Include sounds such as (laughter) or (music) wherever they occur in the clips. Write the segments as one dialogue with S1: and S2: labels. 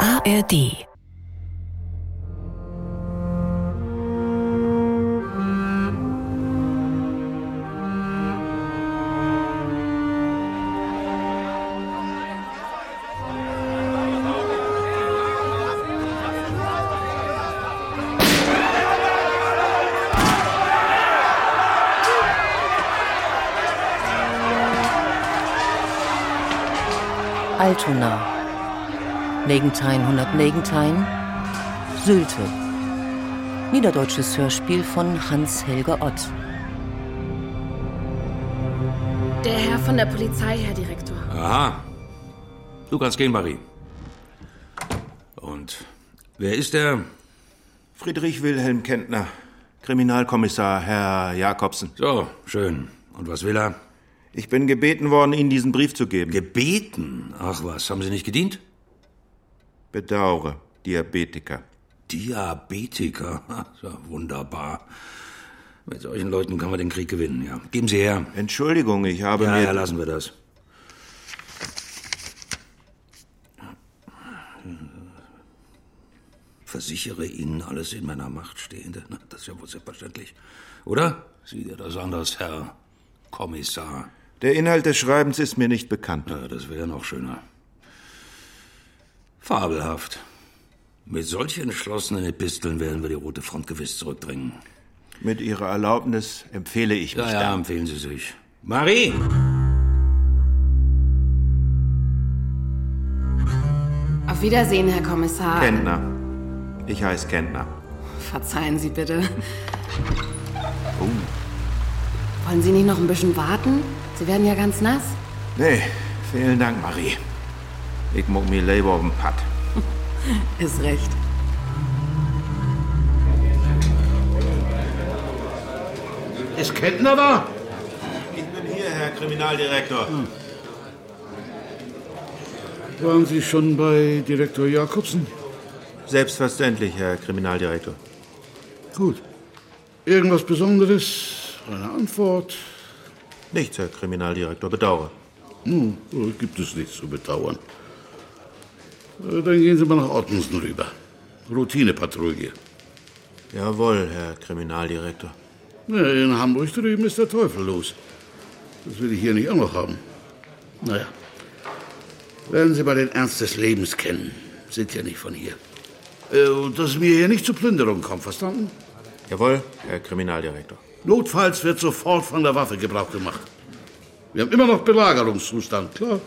S1: ARD.
S2: Altona, Legentein 100 Legentein, Sylte. Niederdeutsches Hörspiel von Hans-Helge Ott.
S3: Der Herr von der Polizei, Herr Direktor.
S4: Aha. Du kannst gehen, Marie. Und wer ist der?
S5: Friedrich Wilhelm Kentner, Kriminalkommissar Herr Jakobsen.
S4: So, schön. Und was will er?
S5: Ich bin gebeten worden, Ihnen diesen Brief zu geben.
S4: Gebeten? Ach was, haben Sie nicht gedient?
S5: Bedauere, Diabetiker.
S4: Diabetiker? Ha, ist ja wunderbar. Mit solchen Leuten kann man den Krieg gewinnen, ja. Geben Sie her.
S5: Entschuldigung, ich habe
S4: Ja,
S5: mir...
S4: ja, lassen wir das. Versichere Ihnen alles in meiner Macht Stehende. Na, das ist ja wohl selbstverständlich. Oder? Sieht ihr das anders, Herr Kommissar?
S5: Der Inhalt des Schreibens ist mir nicht bekannt.
S4: Ja, das wäre ja noch schöner. Fabelhaft. Mit solch entschlossenen Episteln werden wir die Rote Front gewiss zurückdrängen.
S5: Mit Ihrer Erlaubnis empfehle ich mich
S4: Ja, ja,
S5: dann.
S4: empfehlen Sie sich. Marie!
S3: Auf Wiedersehen, Herr Kommissar.
S5: Kentner. Ich heiße Kentner.
S3: Verzeihen Sie bitte.
S5: Oh.
S3: Wollen Sie nicht noch ein bisschen warten? Sie werden ja ganz nass.
S5: Nee, vielen Dank, Marie. Ich muck mir Leber auf den Patt.
S3: Ist recht.
S6: Ist Kettner da? Hm.
S5: Ich bin hier, Herr Kriminaldirektor.
S6: Waren Sie schon bei Direktor Jakobsen?
S5: Selbstverständlich, Herr Kriminaldirektor.
S6: Gut. Irgendwas Besonderes? Eine Antwort?
S5: Nichts, Herr Kriminaldirektor, bedauere.
S6: Nun, äh, gibt es nichts zu bedauern. Äh, Dann gehen Sie mal nach Ottensen rüber. Routinepatrouille.
S5: Jawohl, Herr Kriminaldirektor.
S6: Ja, In Hamburg drüben ist der Teufel los. Das will ich hier nicht auch noch haben. Naja. Lernen Sie mal den Ernst des Lebens kennen. Sind ja nicht von hier. Äh, Und dass es mir hier nicht zu Plünderung kommt, verstanden?
S5: Jawohl, Herr Kriminaldirektor.
S6: Notfalls wird sofort von der Waffe Gebrauch gemacht. Wir haben immer noch Belagerungszustand, klar.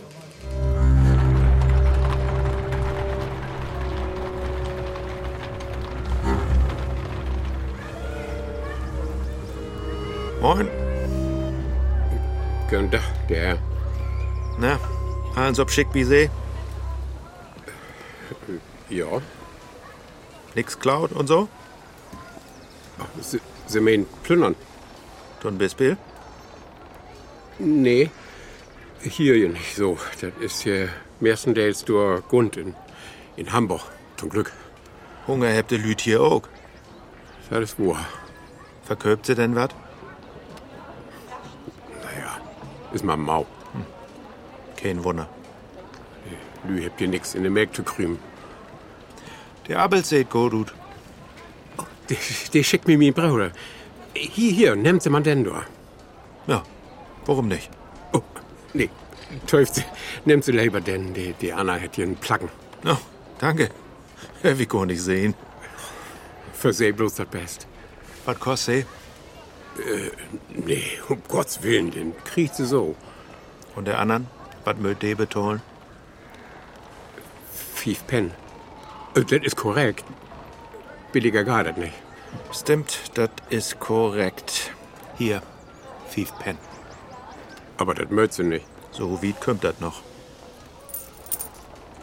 S5: Moin.
S7: Guten Tag, der Herr.
S5: Na, Hans ob schick Bisee,
S7: Ja,
S5: nix klaut und so?
S7: Sie, Sie meinen plündern?
S5: Tun Bispil?
S7: Nee, hier ja nicht so. Das ist hier mehrenteils durch Gund in, in Hamburg, zum Glück.
S5: Hunger hebt de Lüt hier auch.
S7: Das ist wahr.
S5: Verköpt sie denn wat?
S7: Naja, ist mal mau.
S5: Kein Wunder.
S7: Lü habt ihr nix in den Melk zu krümen.
S5: Der Abel seht gut ut.
S7: Die, die Oh, schickt mir mein Bruder. Hier, hier, nehmt sie mal den da.
S5: Ja, warum nicht?
S7: Oh, nee, teufel, nehmt sie lieber den. Die, die Anna hätte hier einen Placken.
S5: No, danke. (laughs) Ja, Wie kann ich sehen?
S7: Für sie bloß das Beste.
S5: Was kostet sie?
S7: Nee, um Gottes Willen, den kriegt sie so.
S5: Und der anderen? Was mögt de betonen?
S7: Fief Pen. Äh, Das ist korrekt. Billiger gar das nicht.
S5: Stimmt, das ist korrekt. Hier, Fief Pen.
S7: Aber das möchtest du nicht.
S5: So wie kommt das noch?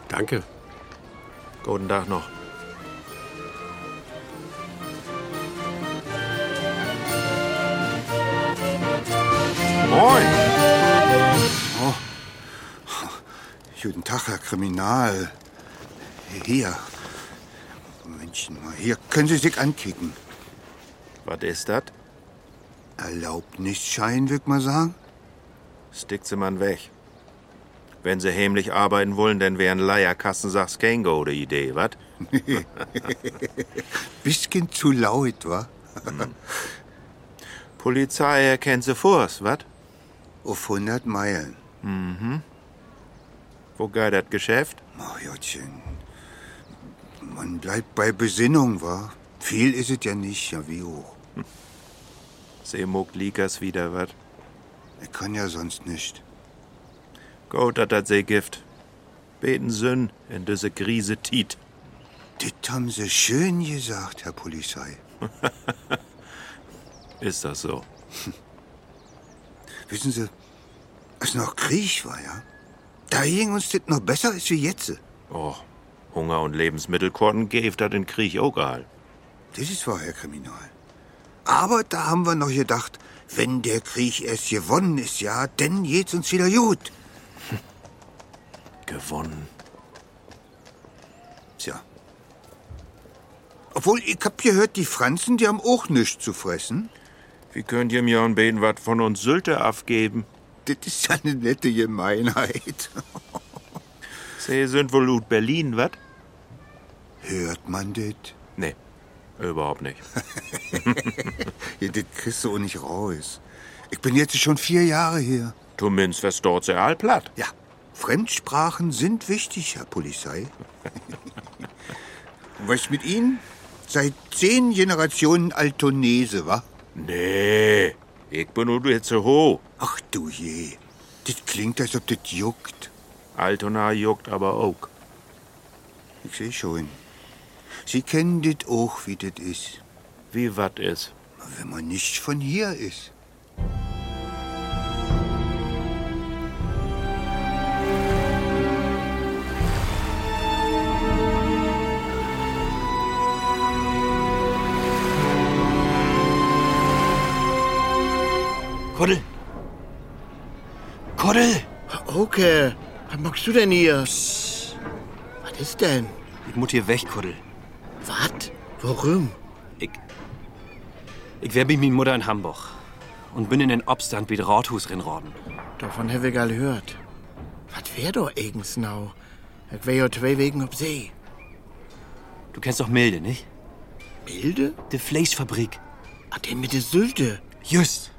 S7: Danke.
S5: Guten Tag noch. Moin!
S8: Guten Tag, Herr Kriminal. Hier. Menschen, hier können Sie sich ankicken.
S5: Was ist das?
S8: Erlaubt nicht scheinen, würde ich mal sagen.
S5: Stickt sie man weg. Wenn sie heimlich arbeiten wollen, dann wären Leierkassen, sagst Kango, die Idee, wat?
S4: (laughs) Bisschen zu laut, wa?
S5: (laughs) Polizei erkennt sie vor's, wat?
S4: Auf 100 Meilen.
S5: Mhm. Wo geht das Geschäft?
S4: Mariotchen, man bleibt bei Besinnung, wa? Viel ist es ja nicht, ja wie hoch.
S5: Sie muckt Likas wieder, wat?
S4: Er kann ja sonst nicht.
S5: Gut, dat dat sie Gift. Beten Sünn in diese Krise tiet.
S4: Das haben Sie schön gesagt, Herr Polizei.
S5: (laughs) Ist das so?
S4: (laughs) Wissen Sie, als noch Krieg war, ja? Da ging uns das noch besser als wie jetzt.
S5: Oh, Hunger und Lebensmittelkorten gäf dat in Krieg auch all.
S4: Das ist wahr, Herr Kriminal. Aber da haben wir noch gedacht, wenn der Krieg erst gewonnen ist, ja, dann geht's uns wieder gut.
S5: Gewonnen.
S4: Tja. Obwohl, ich hab gehört, die Franzen, die haben auch nichts zu fressen.
S5: Wie könnt ihr mir und beten wat von uns Sylte abgeben?
S4: Das ist ja eine nette Gemeinheit.
S5: (laughs) Sie sind wohl ut Berlin, wat?
S4: Hört man das?
S5: Nee, überhaupt nicht.
S4: (laughs) Ja, das kriegst du auch nicht raus. Ich bin jetzt schon vier Jahre hier.
S5: Zumindest was dort sie all platt.
S4: Ja, Fremdsprachen sind wichtig, Herr
S5: (laughs)
S4: Polizei. Und Was mit Ihnen? Seit zehn Generationen Altonese, wa?
S5: Nee, ich bin ut jetzt so hoch.
S4: Ach du je, das klingt, als ob das juckt.
S5: Altona juckt aber auch.
S4: Ich seh schon. Sie kennen das auch, wie das ist.
S5: Wie wat ist?
S4: Wenn man nicht von hier ist.
S1: Kuddel! Kuddel!
S9: Okay, was machst du denn hier? Was ist denn?
S1: Ich muss hier weg, Kuddel.
S9: Was? Warum?
S1: Ich wär mit min Mutter in Hamburg und bin in den Obstand wie Rathus rinroden.
S9: Davon habe ich all gehört. Was wär doch eigens now? Ich wär ja zwei Wegen ob See.
S1: Du kennst doch Milde, nicht?
S9: Milde?
S1: Die Fleischfabrik.
S9: Ah, den mit der Sylte.
S1: Just.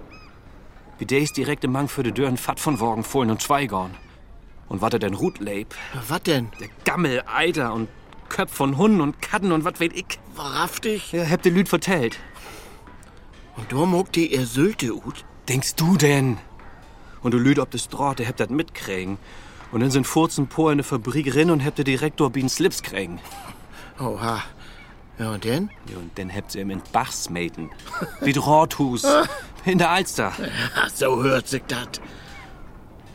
S1: Wie der ist direkt im Mang für die Dörren Fatt von Worgen, Fohlen und Schweigorn. Und wat er denn Rutleib,
S9: Na, was denn?
S1: der Gammel, Eiter und Köpf von Hunden und Katten und wat weet ich.
S9: Wahrhaftig?
S1: Ja, hab de Lüd vertellt.
S9: Und da mockt die ihr Sylte ut?
S1: Denkst du denn? Und du Lüd ob des Draht, der habt dat mitkriegen. Und dann sind Furzen Polen in de Fabrik rin und habt de Direktor Bien Slips kriegen.
S9: Oha. Ja, und denn?
S1: Ja, und dann habt ihr ihm in Bachs (laughs) meten. Wie Rothus. In der Alster.
S9: Ach, so hört sich dat.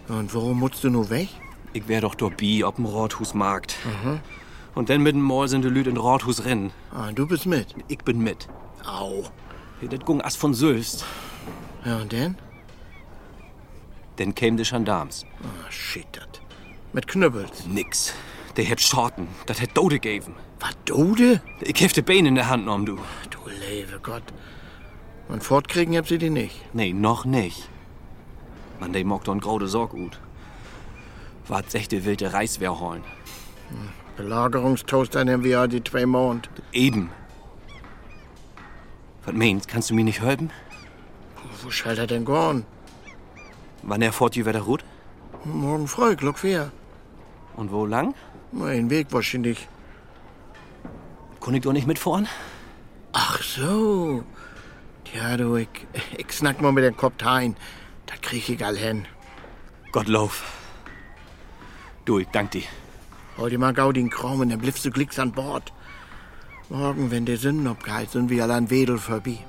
S9: Und warum mutzt du nur weg? Mhm.
S1: Ich wär doch dort bi ob dem Rothusmarkt. Und dann mit dem Maul sind die Lüd in Rothus rennen.
S9: Ah, du bist mit.
S1: Ich bin mit.
S9: Au.
S1: Ja, Dat gung as von Sülst.
S9: Ja, und denn?
S1: Dann kämen de Gendarmes.
S9: Ah, shit, dat. Mit Knüppels.
S1: Nix. Der hätt Schorten. Dat hätt Dode geben.
S9: Was, Dode?
S1: Ich hef de Beine in der Hand genommen, du.
S9: Du Oh, lebe Gott. Und fortkriegen habt sie die nicht.
S1: Nee, noch nicht. Man, de mockt don grode Sorg ut. Wart sechte wilde Reiswehr holen.
S9: Belagerungstoast haben wir ja die zwei Mond.
S1: Eben. Was meinst, kannst du mir nicht helfen?
S9: Wo schall er denn gorn?
S1: Wann er fort über der Rut?
S9: Morgen früh, Glock vier.
S1: Und wo lang?
S9: Mein Weg wahrscheinlich.
S1: Kon ich doch nicht mitfahren?
S9: Ach so. Tja, du, ich, ich snack mal mit dem Kopf rein. Da krieg ich all hin.
S1: Gottlauf. Du, ich dank dir.
S9: Hol dir mal gau den Kram und dann bliffst du glicks an Bord. Morgen, wenn der Sünden abgeheilt, sind wir alle an Wedel vorbei.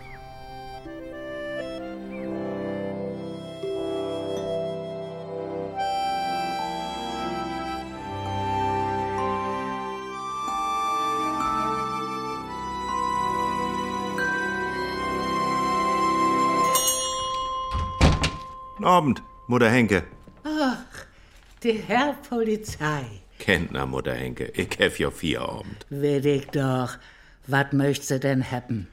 S5: Guten Abend, Mutter Henke.
S10: Die Herr Polizei,
S5: Kennt na, Mutter Henke. Ich hef ja vier Abend.
S10: will ich doch. Was möcht sie denn haben?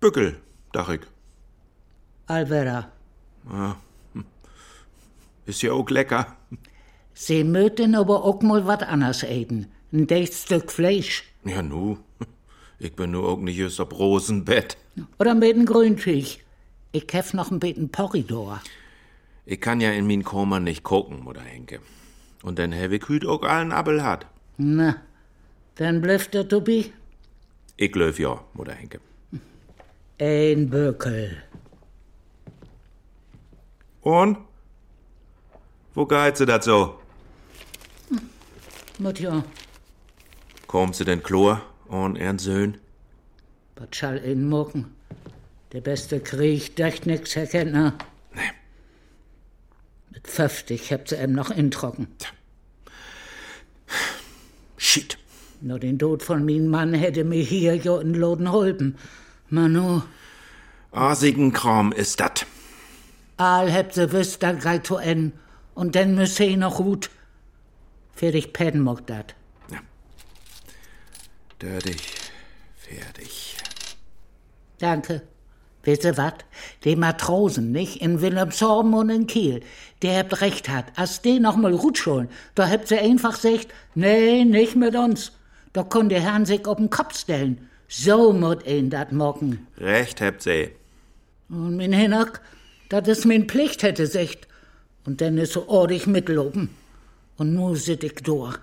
S5: Bückel, dach ich.
S10: Alvera,
S5: Ah, hm. Ist ja auch lecker.
S10: Sie möchten aber auch mal was anderes eten. Ein dichtes Stück Fleisch.
S5: Ja, nu. Ich bin nur auch nicht erst ab Rosenbett.
S10: Oder mit einem Grüntisch. Ich hef noch ein bisschen Porridor.
S5: Ich kann ja in min Koma nicht gucken, Mutter Henke. Und dann hab ich hüt auch allen Appel hat.
S10: Na, dann blüfft der Tobi
S5: Ich löf ja, Mutter Henke.
S10: ein Böckel.
S5: Und? Wo geht sie dat so?
S10: Mutja,
S5: Kommt sie denn Chlor und ihren Söhn?
S10: was schall ihn mucken? Der beste Krieg, dächt nix, Herr Kentner. Nee. Mit 50 habt ihr ihm noch in trocken.
S5: Shit.
S10: Nur den Tod von min Mann hätte mir hier jo in Loden holpen. Manu,
S5: Asigen Kram ist dat.
S10: all habt ihr wisst, da galt zu en. Und dann müsse ich noch gut. Für dich petten mag dat.
S5: Fertig. Fertig.
S10: Danke. Wisst ihr wat? Die Matrosen, nicht? In Wilhelmshorn und in Kiel. Der habt recht hat. Als die noch mal rutscheln, da habt sie einfach gesagt, nee, nicht mit uns. Da konnt der Herrn sich auf den Kopf stellen. So mut ihn dat mocken.
S5: Recht habt sie.
S10: Und mein Hinak, dat is mein Pflicht, hätte secht. Und dann is so ordentlich mitloben. Und nu sit ich durch.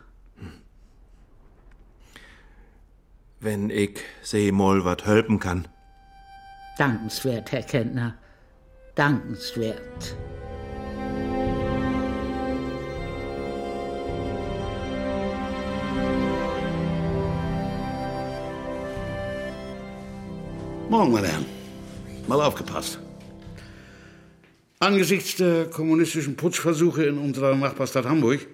S5: Wenn ich seh mal wat helfen kann.
S10: Dankenswert, Herr Kentner. Dankenswert.
S6: Morgen, meine Herren. Mal aufgepasst. Angesichts der kommunistischen Putschversuche in unserer Nachbarstadt Hamburg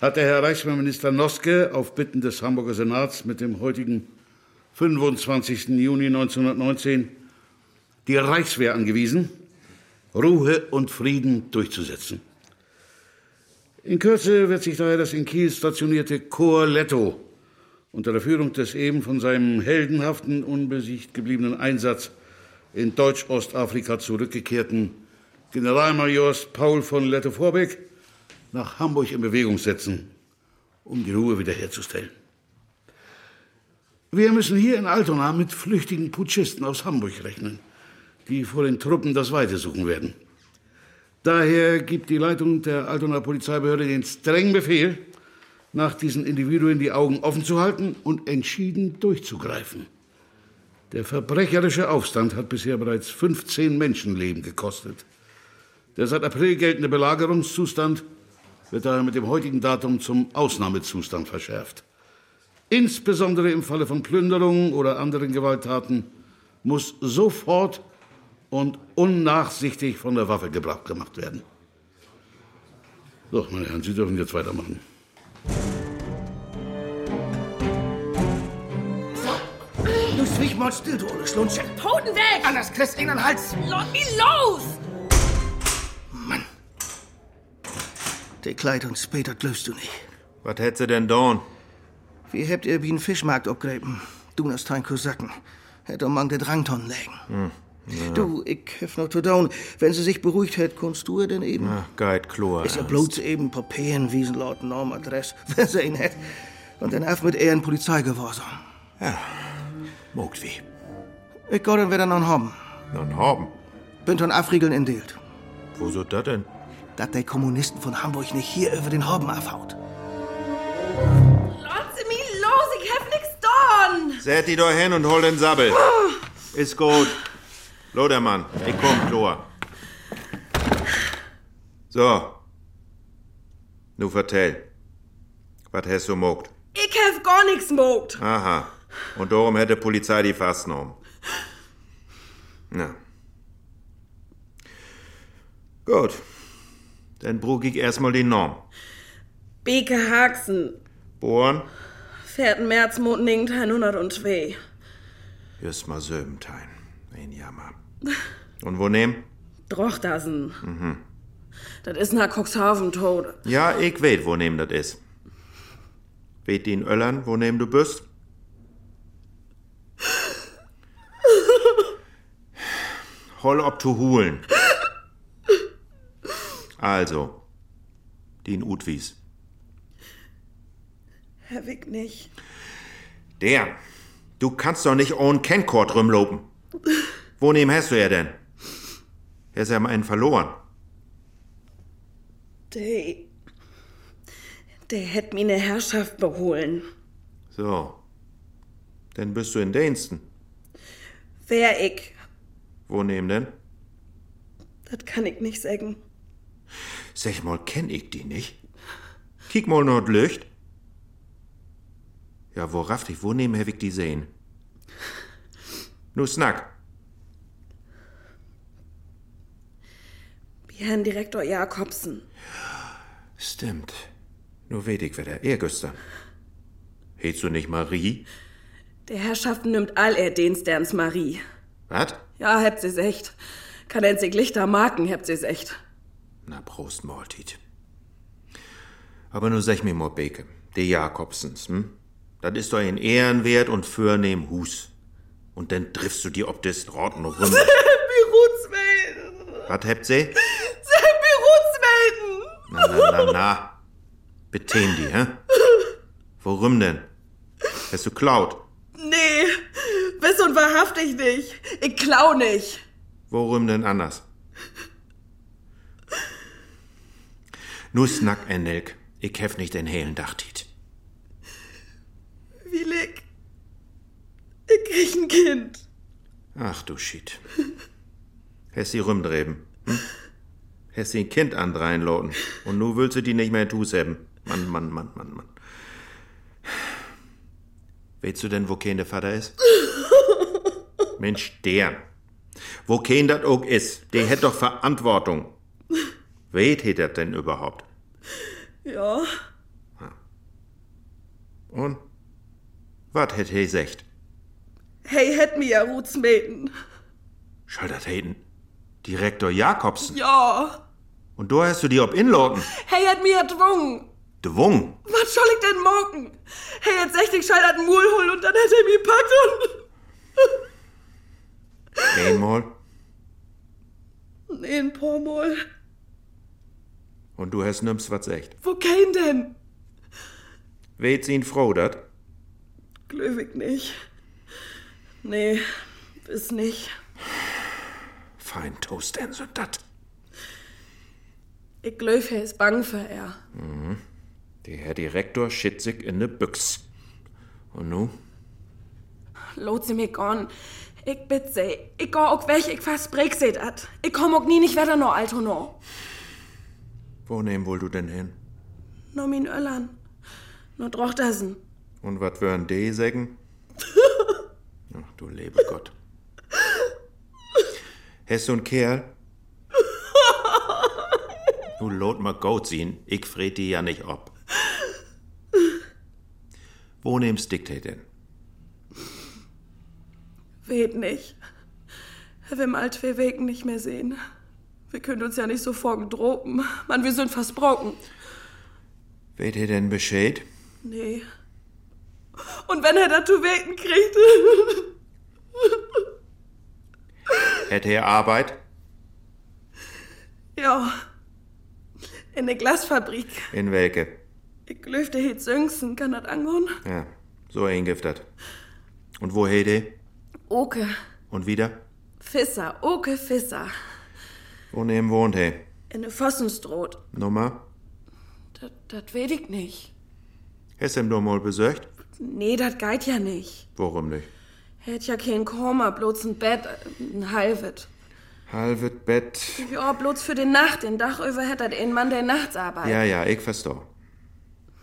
S6: hat der Herr Reichsminister Noske auf Bitten des Hamburger Senats mit dem heutigen 25. Juni 1919 die Reichswehr angewiesen, Ruhe und Frieden durchzusetzen. In Kürze wird sich daher das in Kiel stationierte Korps Letto unter der Führung des eben von seinem heldenhaften, unbesiegt gebliebenen Einsatz in Deutsch-Ostafrika zurückgekehrten Generalmajors Paul von Lette-Vorbeck nach Hamburg in Bewegung setzen, um die Ruhe wiederherzustellen. Wir müssen hier in Altona mit flüchtigen Putschisten aus Hamburg rechnen, die vor den Truppen das Weite suchen werden. Daher gibt die Leitung der Altonaer Polizeibehörde den strengen Befehl, nach diesen Individuen die Augen offen zu halten und entschieden durchzugreifen. Der verbrecherische Aufstand hat bisher bereits 15 Menschenleben gekostet. Der seit April geltende Belagerungszustand wird daher mit dem heutigen Datum zum Ausnahmezustand verschärft. Insbesondere im Falle von Plünderungen oder anderen Gewalttaten muss sofort und unnachsichtig von der Waffe Gebrauch gemacht werden. So, meine Herren, Sie dürfen jetzt weitermachen.
S11: Du swig mal still, du olle Schlunze.
S12: Hoden weg!
S11: Anders kriegst du einen Hals.
S12: Lot mich los!
S11: Die Kleidung später löst du nicht.
S5: Was hätt sie denn dorn?
S11: Wie habt ihr wie einen Fischmarkt abgräben? Du hast kein Kosaken. Hätte am Mang den Drangtonnen legen.
S5: Hm. Ja.
S11: Du, ich hef noch zu down. Wenn sie sich beruhigt hätte, konntest du ihr denn eben.
S5: Na, geit Ah, Chlor.
S11: Ist ja bloß eben Papieren, Wiesen, laut Norm, Adress, (laughs) wenn sie ihn hätt. Und dann hef mit Ehren Polizeigehorsam.
S5: Ja, mogt wie.
S11: Ich geh dann wieder noch haben.
S5: Nun haben.
S11: Bin dann Afrigeln in Deelt.
S5: Wo so dat denn?
S11: Dass der Kommunisten von Hamburg nicht hier über den Horben erfaut.
S5: (laughs)
S12: Lot sie mich los! Ich hab nix dorn!
S5: Sätt die doch hin und hol den Sabbel. Ist gut. Lodermann, ich komm, Chlor. So. Nu vertell. Was hast du mogt?
S12: Ich hab gar nix mogt!
S5: Aha. Und darum hätte die Polizei die fast genommen. Na. Gut. Dann brug ich erstmal die Norm.
S12: Beke Haxen,
S5: Bohren.
S12: 4. März, Mondning, 102.
S5: Just mal Söbentein. Ein Jammer. Und wo nehmen?
S12: Drochdasen.
S5: Mhm.
S12: Das ist nach Cuxhaven tot.
S5: Ja, ich weet, wo nehmen das ist. Weet die in Öllern, wo nehmen du bist? Hol ob zu holen. Also, die in Utwies.
S12: Herr Wick nicht.
S5: Der, du kannst doch nicht ohne Kenkord rumlopen. Wo nehmen hast du er denn? Er ist ja mal einen verloren.
S12: Der. Der hätt mir ne Herrschaft beholen.
S5: So. Dann bist du in Dänsten.
S12: Wer ich?
S5: Wo nehmen denn?
S12: Das kann ich nicht sagen.
S5: Sag mal, kenn ich die nicht? Kick mal nur d Licht. Ja, wo rafft ich, wo nehmen Herr Wick die sehen? Nu snack.
S12: Wie Herrn Direktor Jakobsen.
S5: Stimmt. Nur weet ich, wer der Ehrgüster. Hättest du nicht Marie?
S12: Der Herrschaft nimmt all er Diensterns Marie.
S5: Was?
S12: Ja, hebt sie's echt. Kann er sich Lichter marken, hebt sie's echt.
S5: Na, Prost, Maltit. Aber nur sag mir mal, Beke, die Jakobsens, hm? Das ist doch ein ehrenwert und fürnehm Hus. Und dann triffst du die ob des Rotten rum.
S12: Birutsmelden!
S5: Was habt sie?
S12: Birutsmelden!
S5: Na, na, na, na. Betäm die, hä? Worum denn? Hast du klaut?
S12: Nee, wiss und wahrhaftig nicht. Ich klau nicht.
S5: Worum denn anders? Nu snack en Nelk. Ich hef nicht den hehlen Dachtit.
S12: Willig. Ich krieg ein Kind.
S5: Ach du Shit. (laughs) Hess sie rümdreben. Hm? Hess sie ein Kind andrein loten. Und nu willst du die nicht mehr in Tus haben. Mann, Mann, Mann, Mann, Mann. Weißt du denn, wo kein der Vater ist? Mensch, der. Wo kein dat ook is, der hätt doch Verantwortung. Weht hätt dat denn überhaupt?
S12: Ja,
S5: Und? Wat hätt he secht?
S12: hey, hätt mir ja Rutsmelden.
S5: Schall dat heten? Direktor Jakobsen.
S12: Ja,
S5: Und da hast du die ob inloten.
S12: hey, hätt mir ja dwungen. (laughs)
S5: Dwung.
S12: Was soll ich denn morgen? Hey, jetzt echt, ich schall den Mul holen und dann hätte er mich packt
S5: Einmal.
S12: und... Nee, ein paar Mal.
S5: Und du hast nimmst wat secht.
S12: Wo kein denn?
S5: Weht sie ihn froh dat?
S12: Glöwig nicht. Nee, ist nicht.
S5: Fein Toast denn so dat.
S12: Ich glöw, er ist bang für er.
S5: Mhm. Der Herr Direktor schickt sich in ne Büchs. Und nu?
S12: Lot sie mich an. Ich bitt sie. Ich geh auch weg, ich versprech sie dat. Ich komm auch nie nicht wieder no Alto no.
S5: Wo nehmen wohl du denn hin?
S12: No min Öllern. No Drochtersen.
S5: Und wat würden de sägen? Ach du lebe Gott. Hast du n Kerl? Du lot mal Goat sehen, ich fred die ja nicht ob. Wo nimmst Diktat denn?
S12: Weht nicht. Er will mal zwei Wegen nicht mehr sehen. Wir können uns ja nicht so vorgedropen. Mann, wir sind versprochen.
S5: Weht ihr denn Bescheid?
S12: Nee. Und wenn er dazu Wegen kriegt. (laughs)
S5: Hätte er Arbeit?
S12: ja. In der Glasfabrik.
S5: In welke?
S12: Ich löfte jetzt jüngsten, kann das angehen?
S5: Ja, so eingiftet. Und wo hätte?
S12: Oke
S5: Und wieder?
S12: Fisser, Oke Fisser.
S5: Wo neben wohnt he?
S12: In der Fossenstroht.
S5: Nummer?
S12: Das, das weet ich nicht.
S5: Hast du ihm doch mal besöcht?
S12: Nee, das geht ja nicht.
S5: Warum nicht?
S12: Hätt ja kein Koma, bloß ein Bett, äh, ein Halvet.
S5: Halvet Bett.
S12: Ja, bloß für den Nacht, den Dach über hätte dat ein Mann, der nachts arbeitet.
S5: Ja, ja, ich versteh.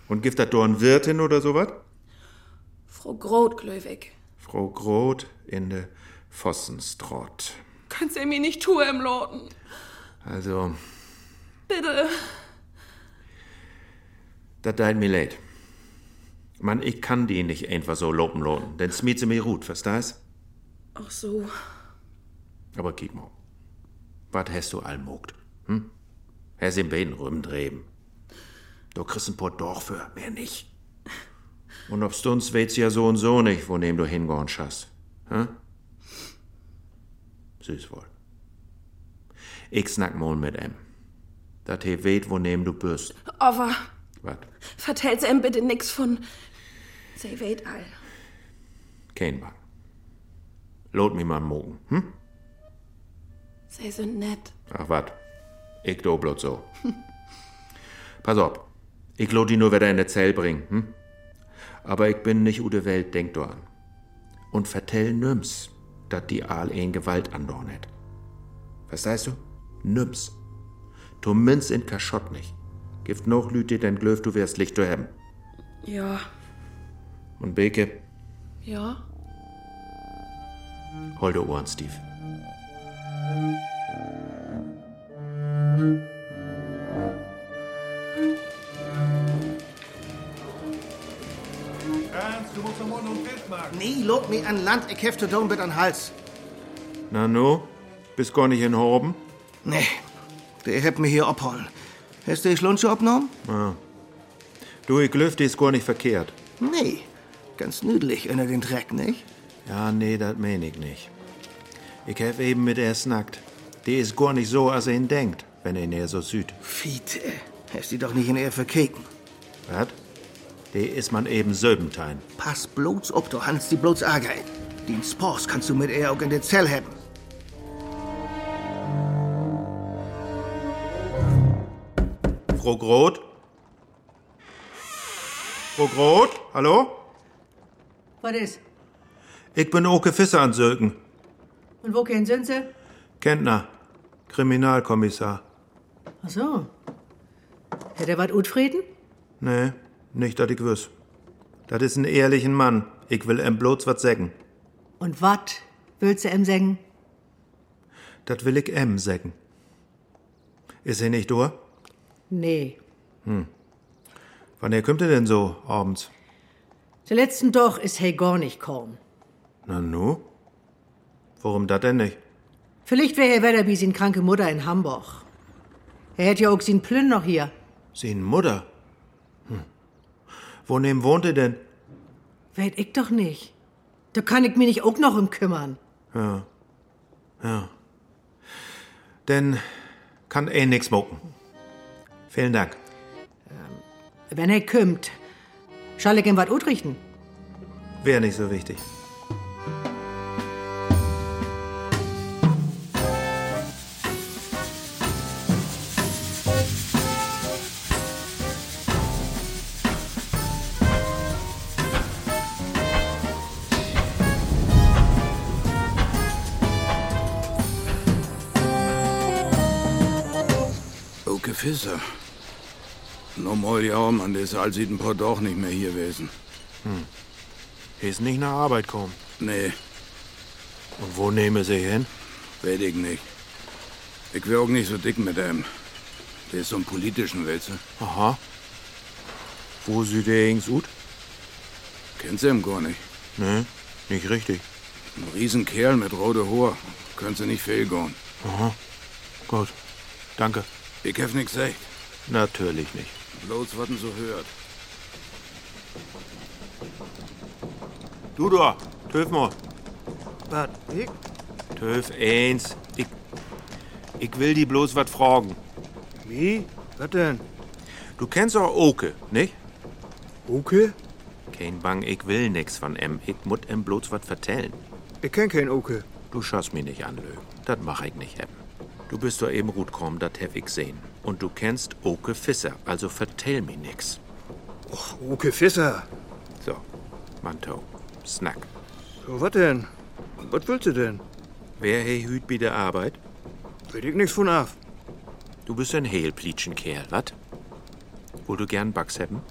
S5: Und gibt das Dorn Wirtin oder sowas?
S12: Frau Grotglöwig,
S5: Frau Groth in de Vossenstrott.
S12: könnt ihr mir nicht tun im Loten?
S5: Also,
S12: Bitte.
S5: das deit mir leid. Mann, ich kann die nicht einfach so lopen loten, denn smiet sie mir gut, verstehst?
S12: Ach so,
S5: Aber kick mal. Was hast du allmogt? Hm? Hast im Beten rumdreben. Du kriegst ein paar Dorf für, mehr nicht. Und ob's du uns weht's ja so und so nicht, wo nehm du hingehorn hast. Hm? Süß wohl. Ich snack mal mit em. Dat he weet, woneem du bist.
S12: Aber
S5: Wat?
S12: vertellt ihm bitte nix von. Sie weht all.
S5: Kein Bang. Lot mi mal mogen, hm?
S12: Sie sind nett.
S5: Ach wat. Ich do blot so. (laughs) Pass op. Ich lot die nur wieder in de Zell bringen, hm? Aber ich bin nicht ude Welt, denk do an. Und vertell nüms, dat die Aal een Gewalt andorn het. Verstehst du? Nüms. Tu minz in Kaschott nicht. Gift noch Lüte, denn glöf du wärst Licht du haben.
S12: Ja,
S5: Und Beke,
S12: ja.
S5: holde Ohren, Steve.
S11: Ernst, du musst am Mund und Bild machen. Nee, lob mich an Land, ich hefte down mit an Hals.
S5: Na no, bist gar nicht in Horben?
S11: Nee, der hebt mich hier abholen. Hast du die Schlunche abgenommen?
S5: Ah. Du, ich glöf, die ist gar nicht verkehrt.
S11: Nee, ganz nüdlich unter den Dreck, nicht?
S5: Ja, nee, das mein ich nicht. Ich helf eben mit er snackt. Die ist gar nicht so, als er ihn denkt, wenn er ihn eher so süd.
S11: Fiete, hast die doch nicht in Ehr verkeken.
S5: Wat? Die ist man eben Söbentein.
S11: Pass bloß ob, du Hans, die bloß Ärger ein. Den Spors kannst du mit Ehr auch in den Zell haben.
S5: Frau Groth? Frau Groth? Hallo?
S13: Was ist?
S5: Ich bin Oke Fisser an Söken.
S13: Und wo gehen sind sie?
S5: Kentner. Kriminalkommissar.
S13: Ach so. Hätte er was Utfrieden?
S5: Nee, nicht, dass ich wüs. Das ist ein ehrlichen Mann. Ich will em bloß wat säcken.
S13: Und wat willst du ihm sagen?
S5: Das will ich em säcken. Ist er nicht durch?
S13: Nee.
S5: Hm. Wann er kommt er denn so abends?
S13: Der letzten doch ist hey gar nicht kaum.
S5: Na nu? Warum das denn nicht?
S13: Vielleicht wäre er wieder wie sin kranke Mutter in Hamburg. Er hätte ja auch sin Plünn noch hier.
S5: Sin Mutter? Hm. Wonehm wohnt er denn?
S13: Weet ich doch nicht. Da kann ich mich nicht auch noch um kümmern.
S5: Ja. Ja. Denn kann eh nix mucken. Vielen Dank.
S13: Wenn er kümmt, schall ich ihm wat utrichten.
S5: Wäre nicht so wichtig.
S1: Oke Fisser. Normal ja, man, der Saal sieht ein paar doch nicht mehr hier gewesen.
S5: Hm. Ist nicht nach Arbeit kommen.
S1: Nee.
S5: Und wo nehme sie hin?
S1: Weiß ich nicht. Ich wär auch nicht so dick mit dem. Der ist so ein politischen Wälzer.
S5: Aha. Wo sieht er ings ut?
S1: Kennst du ihn gar nicht?
S5: Nee, nicht richtig.
S1: Ein Riesenkerl mit rote Haar. Könntest du nicht fehlgehen.
S5: Aha. Gut. Danke.
S1: Ich hab nix gesagt.
S5: Natürlich nicht.
S1: Bloß, was man so hört.
S5: Du da, töf mal.
S11: Was, ich?
S5: Töf eins. Ich, ich will die bloß was fragen.
S11: Wie? Was denn?
S5: Du kennst auch Oke, nicht?
S11: Oke?
S5: Kein Bang, ich will nix von em. Ich mut em bloß was vertellen.
S11: Ich kenn keinen Oke.
S5: Du schaust mich nicht an, Lö. Das mach ich nicht, em. Du bist doch eben gut kommen, das hab ich sehen. Und du kennst Oke Fisser, also vertell mir nix.
S11: Oke Fisser.
S5: So, Manto, Snack.
S11: So, was denn? Was willst du denn?
S5: Wer he hüt bi der Arbeit?
S11: Will ich nix von af.
S5: Du bist ein Hehlplitschenkerl, wat? Wo du gern Bugs haben?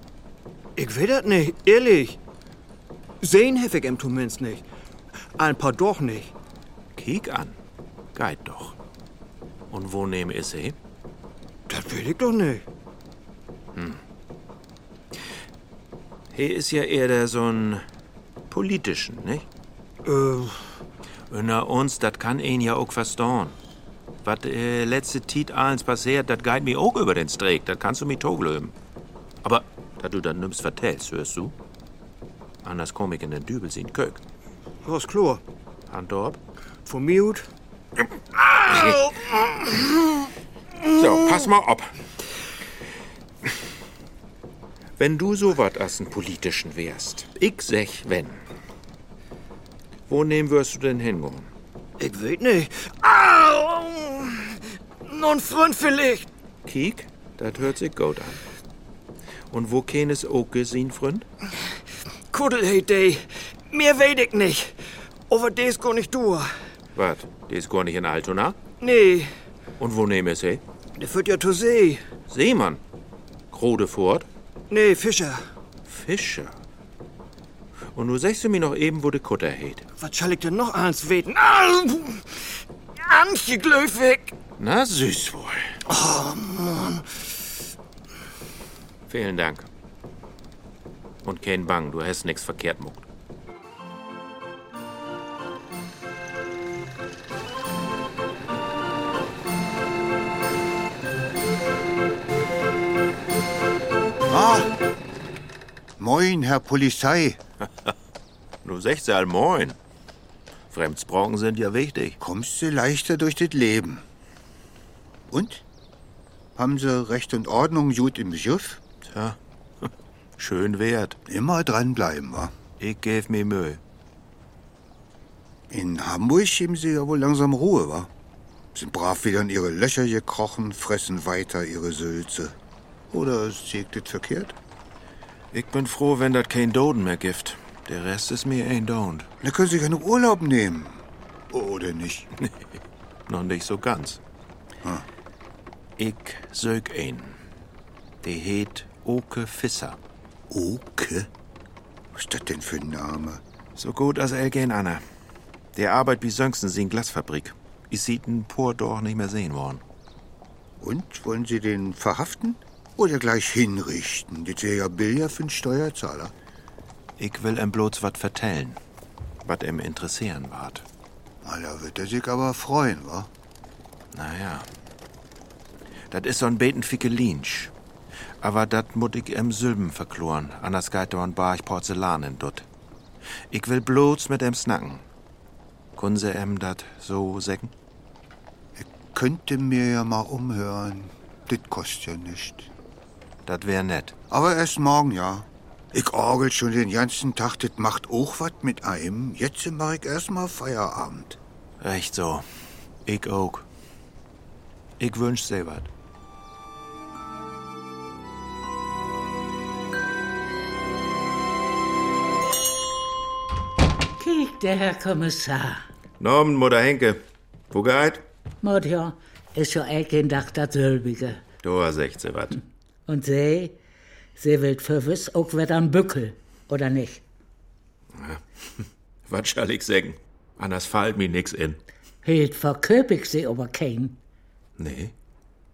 S11: Ich will das nicht, ehrlich. Sehen hef ich im zumindest nicht. Ein paar doch nicht.
S5: Kiek an. Geit doch. Und wo nehm is he?
S11: Das will ich doch nicht.
S5: Hm. He ist ja eher der so ein politischen, nicht?
S11: Äh,
S5: Na uns, dat kann ihn ja auch verstehen. Wat äh, letzte Tiet alles passiert, dat geht mir auch über den Streck, dat kannst du mir toglöben. Aber, da du dann nimmst vertellst, hörst du? Anders komm ich in den Dübel sehen Kök.
S11: was klar.
S5: Handorb?
S11: Von mir gut.
S5: So, pass mal ob. Wenn du so wat as en politischen wärst, ich sech wenn. Wo nehmen wirst du denn hingehen?
S11: Ich weet nicht. Au! Nun Freund vielleicht.
S5: Kiek, dat hört sich gut an. Und wo kenes auch gesehen, Freund?
S11: Kudelhey Day. Mehr weet ich nicht. Over des kann ich du.
S5: Wat, die ist gar nicht in Altona?
S11: Nee,
S5: Und wo nehmen es he?
S11: der führt ja zur See.
S5: Seemann. Krodefort?
S11: Nee, Fischer.
S5: Fischer. Und du sagst du mir noch eben, wo de Kutter hält.
S11: Was soll ich denn noch eins weten? Au! Antje Glöfig.
S5: Na süß wohl.
S11: Oh, Mann.
S5: Vielen Dank. Und kein Bang, du hast nix verkehrt muckt.
S4: Ah! Moin,
S5: (laughs)
S4: Herr Polizei.
S5: Du sagst ja moin. Fremdsprachen sind ja wichtig.
S4: Kommst du leichter durch das Leben. Und? Haben sie Recht und Ordnung gut im Griff?
S5: Tja, (laughs) schön wert.
S4: Immer dranbleiben, wa?
S5: Ich gäf mir Mühe.
S4: In Hamburg geben sie ja wohl langsam Ruhe, wa? Sind brav wieder in ihre Löcher gekrochen, fressen weiter ihre Sülze. Oder sehe ich das verkehrt?
S5: Ich bin froh, wenn dat kein Doden mehr gibt. Der Rest ist mir ein Don't.
S4: Da können sie gerne Urlaub nehmen.
S5: (laughs)
S4: Oder nicht?
S5: Noch nicht so ganz.
S4: Ah.
S5: Ich sög ein. Die heet Oke Fisser.
S4: Oke? Was ist das denn für ein Name?
S5: So gut als Elgen Anna. Der Arbeit wie Sönksen sie in Glasfabrik. Ich sieht n Por doch nicht mehr sehen worden.
S4: Und wollen Sie den verhaften oder gleich hinrichten? Das wäre ja billiger für den Steuerzahler.
S5: Ich will em bloß wat vertellen. Wat em interessieren wart.
S4: Na, da wird er sich aber freuen, wa?
S5: Naja. Dat is so'n beten ficke Linsch. Aber dat mut ich em Sylben verkloren. Anders geht dorn bar ich Porzellanen dort. Ich will bloß mit em snacken. Können se em dat so säcken?
S4: Könnte mir ja mal umhören. Das kostet ja nicht.
S5: Dat wär nett.
S4: Aber erst morgen, ja. Ich orgel schon den ganzen Tag, das macht auch was mit einem. Jetzt mach ich erst mal Feierabend.
S5: Recht so. Ich auch. Ich wünsch se wat.
S10: Kiek, der Herr Kommissar.
S5: Norman, Mutter Henke. Wo geht?
S10: Mord ja, ist ja echt ein Dach das Sölbige.
S5: Du sagst se wat.
S10: Und sie, sie will verwiss auch wieder am Bückel, oder nicht?
S5: Wat schall ich säcken? Anders fallt mir nix in.
S10: Hielt verköp ich sie aber kein.
S5: Nee,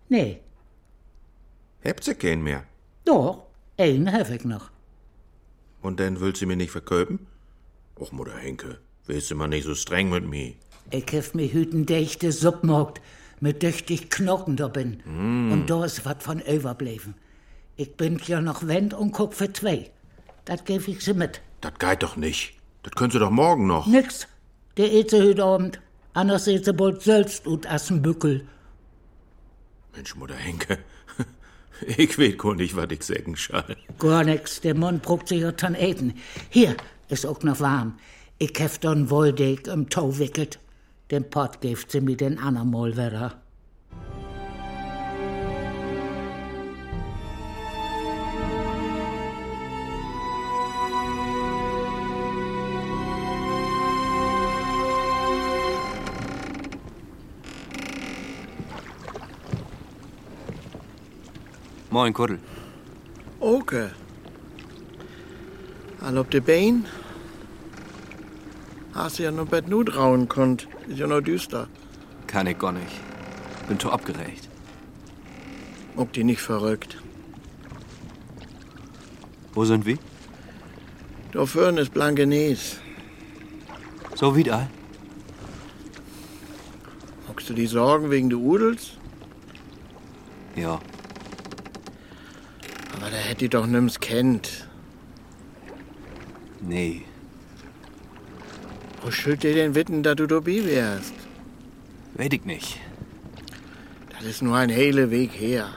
S10: Nee,
S5: hebt se keinen mehr.
S10: doch, einen hab ich noch.
S5: Und dann willst du mir nicht verköpen? Och, Mutter Henke, willst du mal nicht so streng mit mir?
S10: Ich hef mir hüten dichte Suppmorgt, mit düchtig Knochen da bin.
S5: Mm. Hm.
S10: Und da ist wat von überbleiben. Ich bin ja noch Wend und guck für zwei. Dat geb ich sie mit.
S5: Das geht doch nicht. Das könntest du doch morgen noch.
S10: Nix. Der eet sie heute Abend. Anders eet sie bald selbst und assen Bückel.
S5: Mensch, Mutter Henke, (laughs) ich weet gar nicht, was ich säcken schall.
S10: Gar nix, der Mund bruckt sich ja dann Eten. Hier, ist auch noch warm. Ich hef dann Wolldeck im Tau wickelt. Den Pott geeft sie mir den anderen Mal wieder.
S14: Moin, Kuddel.
S11: Okay.
S9: All op de been? Hast du ja nur Bett nu trauen konnt. Ist ja noch düster.
S14: Kann ich gar nicht. Bin zu abgeregt.
S9: Ob die nicht verrückt.
S14: Wo sind wir?
S9: Da vorn ist Blankenes.
S14: So wie da.
S9: Hockst du die Sorgen wegen de Udels?
S14: Ja.
S9: Aber da hätt die doch nimm's kennt.
S14: Nee.
S9: Wo schüttet dir den Witten, dass du dabei wärst?
S14: Weet ich nicht.
S9: Das ist nur ein hele Weg her.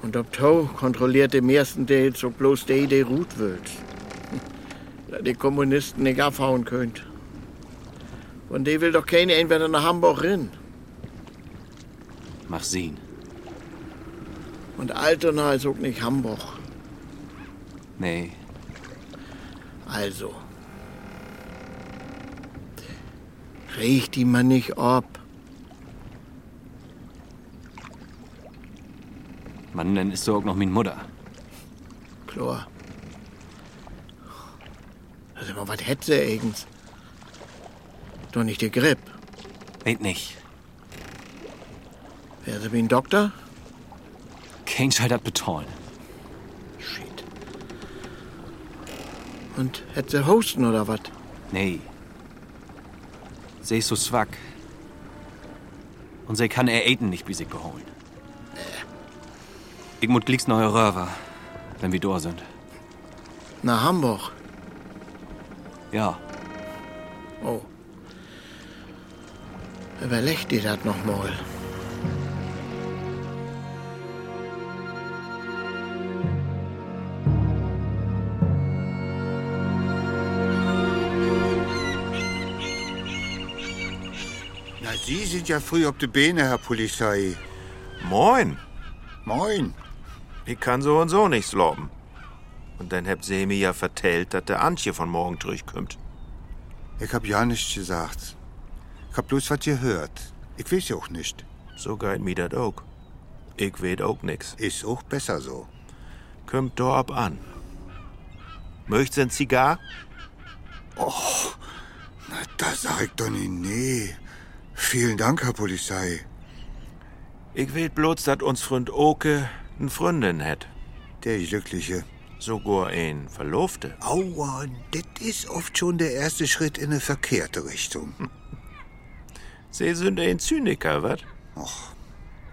S9: Und ob Tau kontrolliert im ersten Teil so bloß die, die Ruth will. (laughs) Da die Kommunisten nicht abhauen könnt. Von die will doch keine entweder nach Hamburg rin.
S14: Mach sehen.
S9: Und Altona ist auch nicht Hamburg.
S14: Nee.
S9: Also. Riecht die man nicht ab.
S14: Mann, dann ist doch auch noch min Mutter.
S9: Chlor. Also, mal, was hätte sie eigens? Doch nicht die Grip.
S14: Weet nicht.
S9: Wäre sie wie ein Doktor?
S14: Kein Schalt hat beton.
S9: Und hätte sie Hosten oder was?
S14: Nee. Sie ist so zwack. Und sie kann er Aiden nicht wie sie geholen. Ich muss glicks neue Röhre, wenn wir da sind.
S9: Nach Hamburg.
S14: Ja,
S9: Oh. Überleg dir das nochmal.
S4: Na, Sie sind ja früh ob die Beine, Herr Polizei. Moin.
S5: Moin. Ich kann so und so nichts loben. Und dann habt sie mir ja vertellt, dass der Antje von morgen durchkommt.
S4: Ich hab ja nichts gesagt. Ich hab bloß was gehört. Ich weiß ja auch nicht.
S5: So geht mir das auch. Ich weet auch nix.
S4: Ist auch besser so.
S5: Kommt da ab an. Möcht's ein Zigar?
S4: Och, na, da sag ich doch nicht nee. Vielen Dank, Herr Polizei.
S5: Ich will bloß, dass uns Freund Oke n Freundin hat.
S4: Der Glückliche.
S5: Sogar ein Verlobte.
S4: Aua, das ist oft schon der erste Schritt in eine verkehrte Richtung.
S5: Sie sind ein Zyniker, wat?
S4: Och,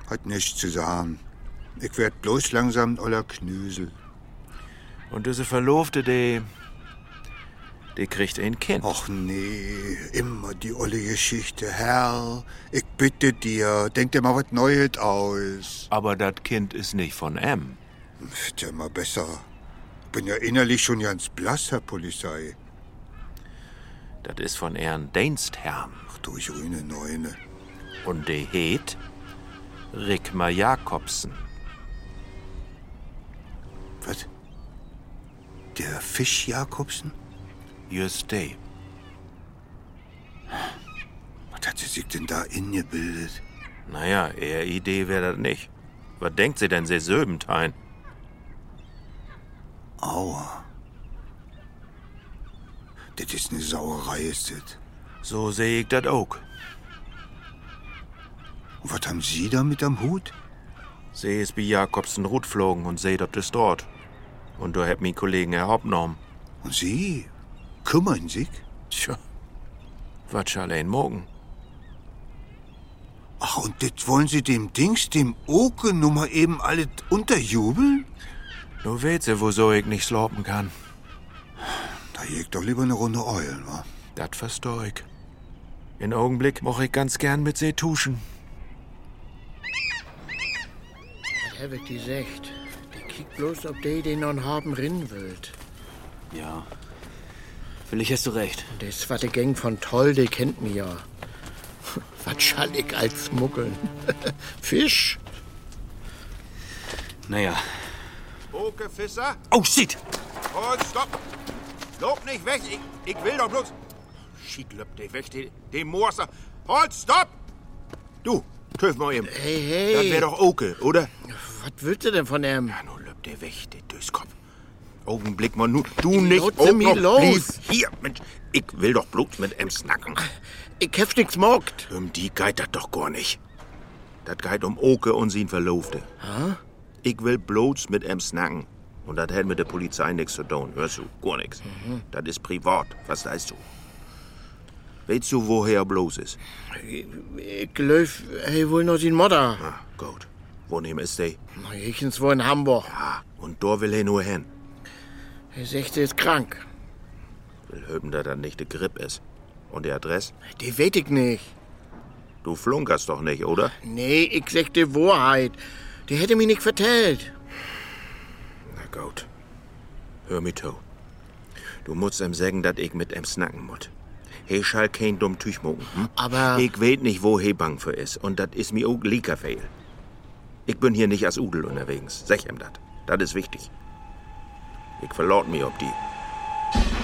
S4: hat nichts zu sagen. Ich werd bloß langsam ein oller Knüsel.
S5: Und diese Verlobte, die. die kriegt ein Kind.
S4: Och nee, immer die olle Geschichte. Herr, ich bitte dir, denk dir mal was Neues aus.
S5: Aber das Kind ist nicht von M.
S4: Wird ja immer besser. Bin ja innerlich schon ganz blass, Herr Polizei.
S5: Das ist von Herrn Dienstherrn.
S4: Ach du grüne Neune.
S5: Und die heet Rickmar Jakobsen.
S4: Was? Der Fisch Jakobsen?
S5: Just die.
S4: Was hat sie sich denn da ingebildet?
S5: Naja, eher Idee wäre das nicht. Was denkt sie denn, sie söbend ein?
S4: Aua. Das ist eine Sauerei, ist das.
S5: So sehe ich das auch.
S4: Und was haben Sie damit am Hut?
S5: Sie ist bei Jakobsen rutflogen und seht, ob das dort. Und da hat mein Kollegen herabgenommen.
S4: Und Sie kümmern sich?
S5: Tja, was schall ein morgen?
S4: Ach, und das wollen Sie dem Dings, dem Oke, nun mal eben alles unterjubeln?
S5: Nur weet sie, wieso ich nicht slopen kann.
S4: Da jägt doch lieber eine Runde Eulen, wa?
S5: Dat versteh ich. In Augenblick moch ich ganz gern mit sie tuschen.
S9: Das hab ich die Secht. Die kickt bloß, ob die den noch haben rinnen willt.
S14: ja. Vielleicht hast du recht.
S9: Das war die Gang von Toll, die kennt mich ja. (laughs) Was schall ich als Muckeln? (laughs) Fisch?
S14: Naja.
S5: Oke Fisser?
S14: Oh, shit!
S5: Halt, stopp! Lob nicht weg! Ich, ich will doch bloß. Schied löpp dich weg, den, den Moorster. Halt, stopp! Du, töf mal eben.
S9: Hey,
S5: Das
S9: hey.
S5: wär doch Oke, oder?
S9: Was willst du denn von dem?
S5: Ja, nun löpp dich weg, den Döskopf. Augenblick mal, nur du
S9: Die
S5: nicht.
S9: Lotse
S5: auch
S9: mi
S5: noch,
S9: los.
S5: blieb Hier, Mensch, ich will doch bloß mit em snacken.
S9: Ich hab nix mockt.
S5: Um die geht das doch gar nicht. Das geht um Oke und sin Verlobte.
S9: Ha?
S5: Ich will bloß mit em snacken. Und das hat mit der Polizei nichts zu tun, hörst du? Gar nichts. Das ist privat, was weißt du? Weißt du, woher bloß ist?
S9: Ich glaub, er wohl noch den Modder.
S5: Ah, gut. Wohin ist die?
S9: Na, Ich ins wohl in Hamburg.
S5: Ah, und da will er nur hin.
S9: Er sagt, er ist krank.
S5: Will höben, dass das nicht der Grip ist. Und die Adresse?
S9: Die weet ich nicht.
S5: Du flunkerst doch nicht, oder?
S9: Nee, ich sag die Wahrheit. Die hätte mir nicht vertellt.
S5: gout. Hör mi to. Du musst em sagen, dat ich mit em snacken mut. He schall kein dumm Tüch mucken. Hm?
S9: Aber-
S5: Ich weet nicht, wo he bang für is. Und dat is mi auch lieker fehl. Ich bin hier nicht als Udel unterwegs. Sag em dat. Dat is wichtig. Ich verlaut mi ob die.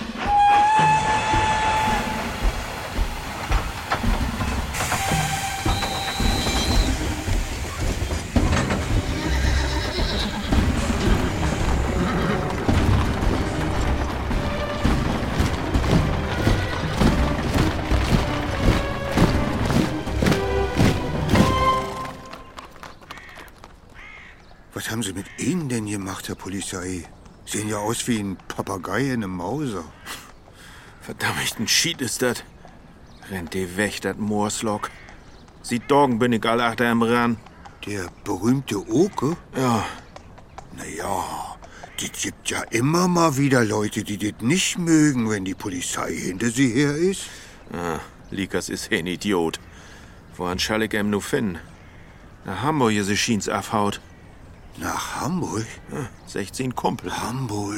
S4: Was haben Sie mit Ihnen denn gemacht, Herr Polizei? Sehen ja aus wie ein Papagei in einem Mauser.
S5: Verdammt, ein Schied ist dat. Rennt die weg, dat Moorslock. Sieht Dorgen bin ich alle achter em ran.
S4: Der berühmte Oke?
S5: Ja.
S4: Naja, das gibt ja immer mal wieder Leute, die das nicht mögen, wenn die Polizei hinter sie her ist.
S5: Ah, Likas ist ein Idiot. Woran schall ich em nu finden? Nach Hamburg ist sie schien's afhaut.
S4: Nach Hamburg?
S5: 16 Kumpel.
S4: Hamburg.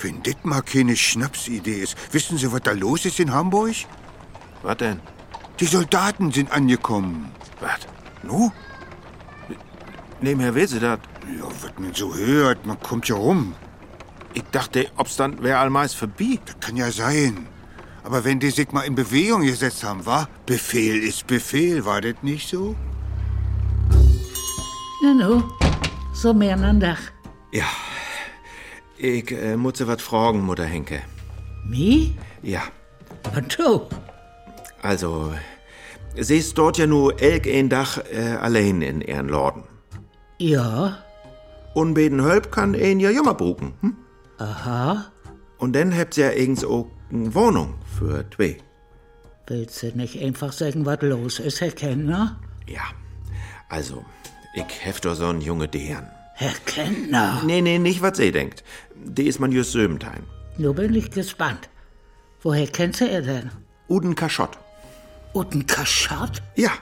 S4: Wenn das mal keine Schnapsidee ist. Wissen Sie, was da los ist in Hamburg?
S5: Was denn?
S4: Die Soldaten sind angekommen.
S5: Was?
S4: Nu?
S5: Nebenher will sie dat.
S4: Ja, was man so hört, man kommt ja rum.
S5: Ich dachte, der Obstand wäre allmeist vorbei.
S4: Das kann ja sein. Aber wenn die sich mal in Bewegung gesetzt haben, war Befehl ist Befehl, war das nicht so?
S10: Na nu, so mehr an Dach.
S5: Ja. Ich äh, muss sie wat fragen, Mutter Henke.
S10: Mi?
S5: Ja.
S10: Was du?
S5: Also, sie ist dort ja nur elk ein Dach äh, allein in ihren Lorden.
S10: Ja.
S5: Unbeten Hölp kann ihn ja jummer buchen. Hm?
S10: Aha.
S5: Und dann habt ihr ja irgends auch eine Wohnung für zwei.
S10: Willst du nicht einfach sagen, was los ist, Herr Kellner?
S5: Ja. Also, ich heft doch so einen junge Dehern.
S10: Herr Kellner?
S5: Nee, nee, nicht was sie denkt. Die ist man just Söbentein.
S10: Nur bin ich gespannt. Woher kennst du er denn?
S5: Uden Kaschott.
S10: Uden Kaschott?
S5: Ja.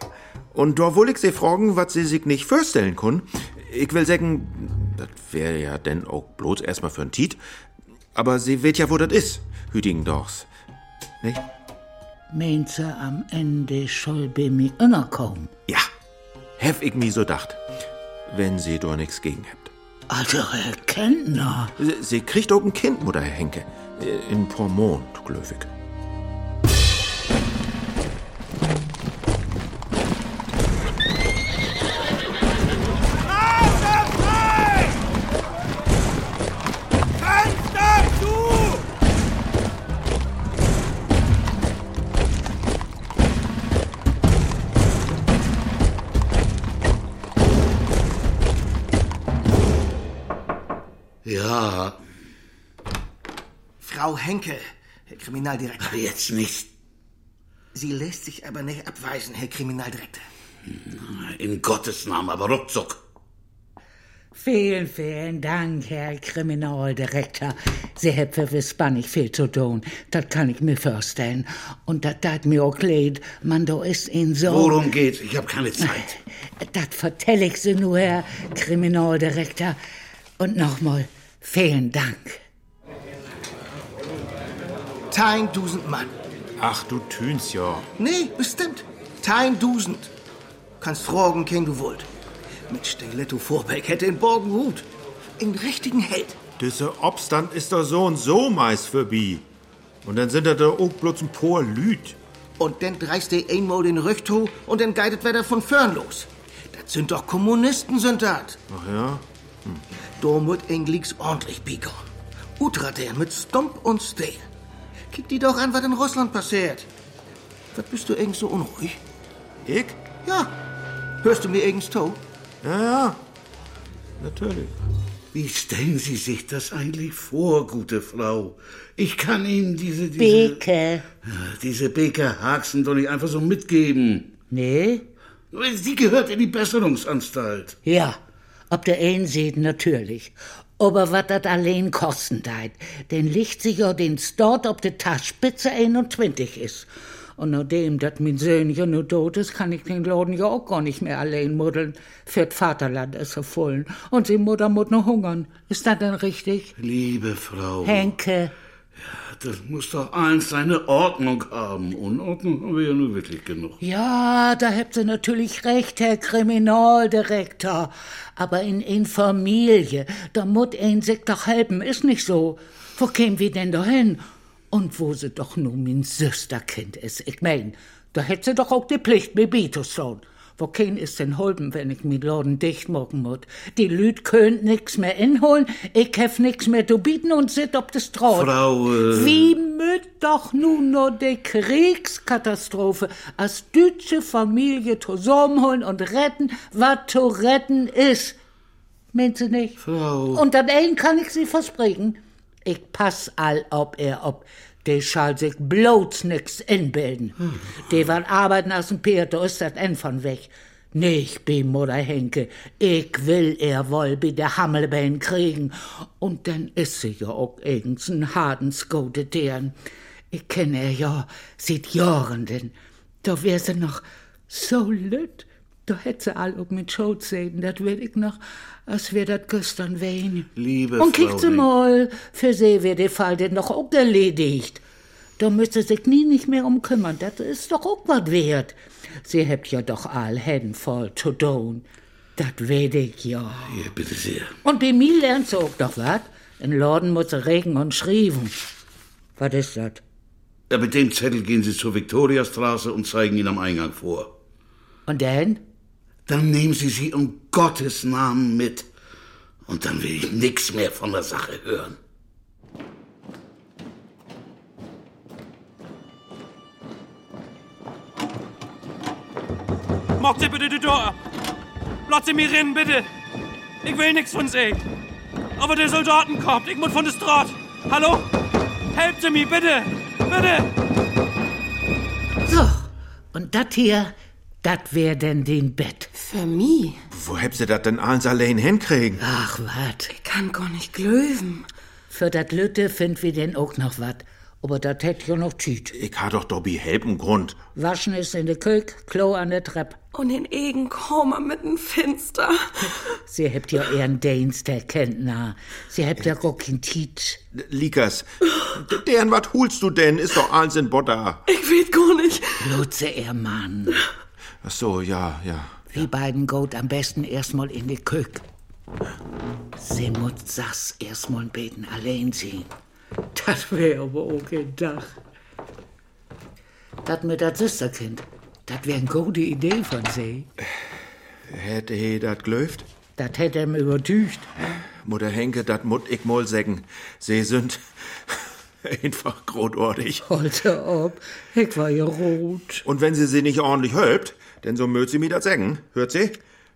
S5: Und da wohl ich sie fragen, was sie sich nicht vorstellen können. Ich will sagen, das wäre ja denn auch bloß erstmal für ein Tiet. Aber sie weet ja, wo das ist, Hüdingendorfs. Nicht?
S10: Meinst du, am Ende soll bei mir innerkommen?
S5: Ja. Hef ich nie so dacht. Wenn sie doch nichts gegen habt.
S10: Also, Herr Kellner.
S5: Sie, sie kriegt auch ein Kind, Mutter Henke. Äh, In Pormont, glöwig.
S6: Ja,
S15: Frau Henke, Herr Kriminaldirektor.
S6: jetzt nicht
S15: Sie lässt sich aber nicht abweisen, Herr Kriminaldirektor.
S6: in Gottes Namen, aber ruckzuck.
S10: Vielen, vielen Dank, Herr Kriminaldirektor. Sie haben verwiss bannig viel zu tun. Das kann ich mir vorstellen. Und das tat mir auch leid. Man, da ist in so...
S6: Worum geht's? Ich habe
S10: (laughs)
S6: keine Zeit.
S10: Das vertelle ich Sie nur, Herr Kriminaldirektor. Und nochmal, vielen Dank.
S15: Tausend Mann.
S5: Ach, du tün's ja.
S15: Nee, bestimmt. Tausend. Kannst fragen, ken du wollt. Mit Stiletto Vorbeck hätte in Borgenhut. In richtigen Held.
S5: Düsse Obstand ist doch so und so meist für Bi. Und dann sind da doch auch bloß ein paar Lüt.
S15: Und dann dreist der einmal den Rüchto und dann geidet wer von Fern los. Das sind doch Kommunisten, sind das.
S5: Ach ja?
S15: Da moet Engliks ordentlich biegen. Utrater mit Stomp und Stay. Kick die doch an, was in Russland passiert. Was bist du irgend so unruhig?
S5: Ich?
S15: Ja. Hörst du mir irgends to?
S5: Ja, ja. Natürlich.
S6: Wie stellen Sie sich das eigentlich vor, gute Frau? Ich kann Ihnen diese... diese Äh,
S10: Beke.
S6: Diese Beke Haxen doch nicht einfach so mitgeben.
S10: Nee?
S6: Sie gehört in die Besserungsanstalt.
S10: Ja, ob der einen sieht, natürlich. Aber was das allein kosten deit, denn liegt sich ja den Stort, ob der Tag spitze 21 ist. Und nachdem dat mein Söhnchen nu tot ist, kann ich den Laden ja auch gar nicht mehr allein muddeln. Fährt Vaterland ist so voll. Und die Mutter muss nur hungern. Ist das denn richtig?
S6: Liebe Frau.
S10: Henke.
S6: Das muss doch eins seine Ordnung haben. Unordnung haben wir ja nur wirklich genug.
S10: Ja, da habt ihr natürlich recht, Herr Kriminaldirektor. Aber in in Familie, da muss ein sich doch helfen, ist nicht so. Wo kämen wir denn da hin? Und wo sie doch nur mein Süsterkind ist. Ich mein, da hätt sie doch auch die Pflicht mit Bieterson. Wo kein ist denn holpen, wenn ich mit Laden dicht machen muss? Die Lüd könnt nix mehr inholen, ich hef nix mehr zu bieten und sit ob des Traut.
S6: Frau, äh,
S10: Wie müt doch nun nur die Kriegskatastrophe als deutsche Familie zusammenholen und retten, was zu retten ist? Meint sie nicht?
S6: Frau.
S10: Und an einen kann ich sie versprechen. Ich pass all ob er ob. Die schall sich bloß nix inbilden. Die waren arbeiten aus dem Pier, da ist das End von weg. Nicht bi Mutter Henke. Ich will er wohl bi der Hammelbein kriegen. Und dann ist sie ja auch irgends ein hartens gute Tieren. Ich kenne er ja seit Jahren denn. Da wär sie noch so lütt. Da hätt sie all ob mit Schuld sehen, das will ich noch, als wär dat gestern wein.
S6: Liebe
S10: Und
S6: Frau.
S10: kickt sie mal, für sie wird der Fall denn noch auch erledigt. Da müsste sich nie nicht mehr um kümmern, das ist doch auch was wert. Sie habt ja doch all Händen voll zu tun. Das weet ich ja.
S6: Ja, bitte sehr.
S10: Und bei mir lernt sie auch noch was. In Laden muss sie regen und schreiben. Was ist das?
S6: Ja, mit dem Zettel gehen Sie zur Viktoriastraße und zeigen ihn am Eingang vor.
S10: Und dann?
S6: Dann nehmen Sie sie um Gottes Namen mit. Und dann will ich nichts mehr von der Sache hören.
S16: Macht ihr bitte die Tür ab. Lasst sie mir rennen, bitte. Ich will nichts von sie. Aber der Soldaten kommt. Ich muss von der Straße. Hallo? Helft sie mir, bitte. Bitte.
S10: So, und das hier, das wär denn den Bett.
S3: Für mich?
S5: Wo habt ihr das denn alles allein hinkriegen?
S10: Ach, wat.
S3: Ich kann gar nicht glöwen.
S10: Für dat Lütte find wir denn auch noch wat. Aber dat hätt ja noch Zeit.
S5: Ich ha doch Dobby helpen Grund.
S10: Waschen ist in de Kök, Klo an der Treppe.
S12: Und in Egen Koma mitten finster.
S10: Sie habt ja ihren Dienst erkennt, na. Sie habt ja gar kein Tiet.
S5: Likas, d- deren was holst du denn? Ist doch alles in Butter.
S12: Ich weet gar nicht.
S10: Lutze, er Mann.
S5: Ach so, ja, ja.
S10: Die beiden geht am besten erstmal in die Kök. Sie muss das erstmal beten allein sehen. Das wär aber auch kein Dach. Das mit dat Süsterkind, das wär eine gute Idee von sie.
S5: Hätt he dat glöft?
S10: Das hätt er mir übertücht.
S5: Mutter Henke, dat mut ich mol sägen. Sie sind (laughs) einfach grotordig.
S10: Holte ob, Halt ich war ja rot.
S5: Und wenn sie sie nicht ordentlich hölbt, denn so mögt sie mir dat sägen. Hört sie?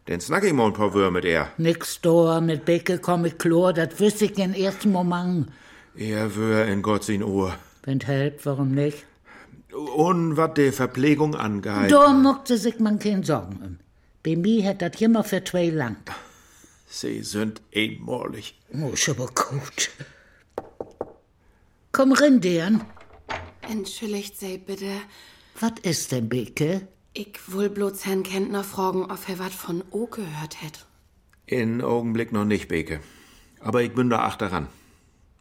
S5: Denn snack ich mal ein paar Würmer mit er.
S10: Nix da, mit Becke komm ich Chlor, das wüsste ich im ersten Moment.
S5: Er wär in Gott in Uhr.
S10: Wenn help, warum nicht?
S5: Und wat de Verpflegung angeht.
S10: Da muckte sich man keine Sorgen um. Bei mir hat das immer für zwei langt.
S5: Sie sind einmalig.
S10: Muss Oh, aber gut. Komm rein, Dian.
S3: Entschuldigt sei bitte.
S10: Was ist denn, Beke?
S3: Ich will bloß Herrn Kentner fragen, ob er was von O gehört hätt.
S5: In Augenblick noch nicht, Beke. Aber ich bin da achter ran.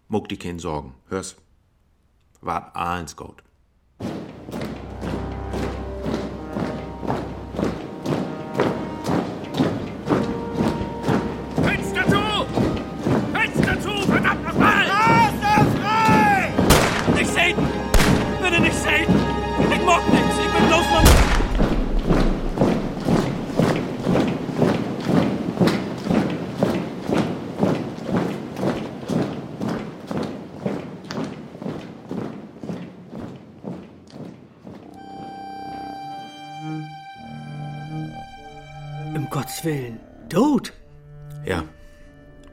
S5: Muck die kein Sorgen. Hör's. Wart eins gut.
S16: Fenster zu! Fenster zu! Verdammt nochmal! Nicht Satan! Bitte nicht Satan! Ich mag nichts! Ich bin bloß noch...
S13: Um Gottes Willen. Tot?
S5: Ja,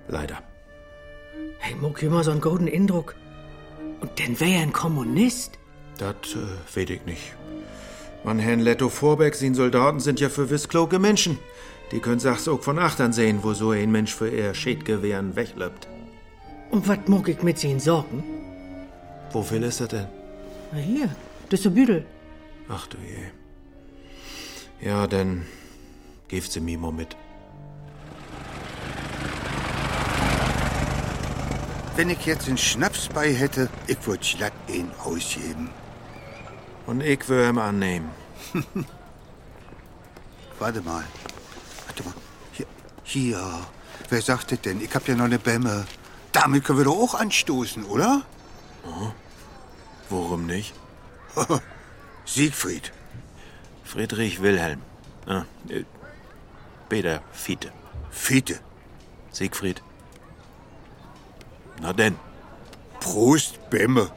S5: leider.
S13: Hey, muck immer so einen guten Eindruck. Und dann wär er ein Kommunist.
S5: Dat äh, weet ich nicht. Mann, Herrn Letto Vorbeck, sin Soldaten sind ja für wiss kloke Menschen. Die können sachs auch von achtern sehen, wo so ein Mensch für ihr Schädgewehren weglöppt.
S13: Und wat muck ich mit seinen Sorgen?
S5: Wo viel ist er denn?
S13: Na hier, das ist ein Büdel.
S5: Ach du je. Ja, dann geeft sie Mimo mit.
S4: Wenn ich jetzt einen Schnaps bei hätte, ich würde glatt ihn ausheben.
S5: Und ich würde ihn annehmen.
S4: (laughs) Warte mal. Warte mal. Hier. Hier. Wer sagt das denn? Ich hab ja noch eine Bämme. Damit können wir doch auch anstoßen, oder? (laughs)
S5: Oh. Worum nicht?
S4: Siegfried.
S5: Friedrich Wilhelm. Ah, äh, Peter Fiete.
S4: Fiete.
S5: Siegfried. Na denn.
S4: Prost, Bämme.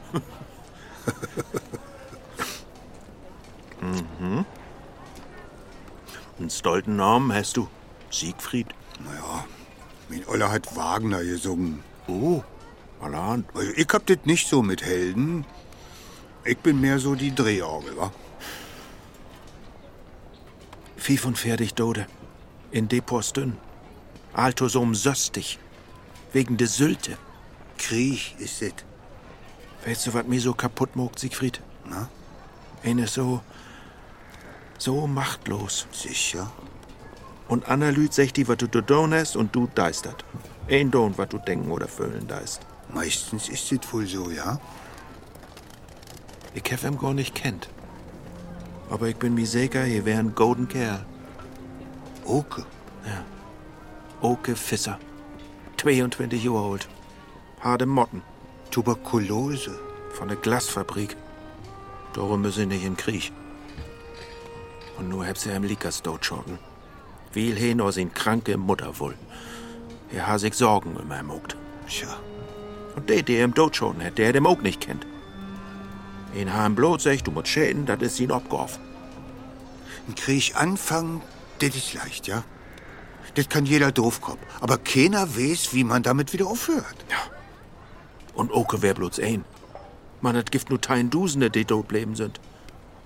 S4: (laughs)
S5: mhm. Einen stolzen Namen hast du. Siegfried.
S4: Naja, mein Oller hat Wagner gesungen.
S5: Oh, allerhand.
S4: Also ich hab das nicht so mit Helden. Ich bin mehr so die Drehorgel, wa?
S5: Fief und fertig, Dode. In Depots dünn. Altusum söstig. Wegen de Sylte.
S4: Krieg ist et.
S5: Weißt du, was mir so kaputt mogt, Siegfried?
S4: Na?
S5: Eine so. so machtlos.
S4: Sicher?
S5: Und Anna lüt sech die, was du donest und du deistert. Ein don, was du denken oder füllen deist.
S4: Meistens ist es wohl so, ja?
S5: Ich hab ihn gar nicht kennt. Aber ich bin mir sicher, hier wär ein golden Kerl.
S4: Oke?
S5: Ja. Oke Fisser. 22 Jahre alt. Harte Motten.
S4: Tuberkulose.
S5: Von der Glasfabrik. Darum müssen sie nicht in Krieg. Und nur hab sie im Likerstod schocken. Viel hin aus in kranke Mutter wohl. Er ha sich Sorgen immer mogt.
S4: Tja.
S5: Und der, der im Tod schon hätte, der dem auch nicht kennt. In Hahn bloß sech, du musst schäden, das ist ihn Obgorf.
S4: Ein Krieg anfangen, das ist leicht, ja? Das kann jeder Doofkopf. Aber keiner weiß, wie man damit wieder aufhört.
S5: Ja. Und Oke wär bloß ein. Man hat Gift nur Teindusende, die tot bleiben sind.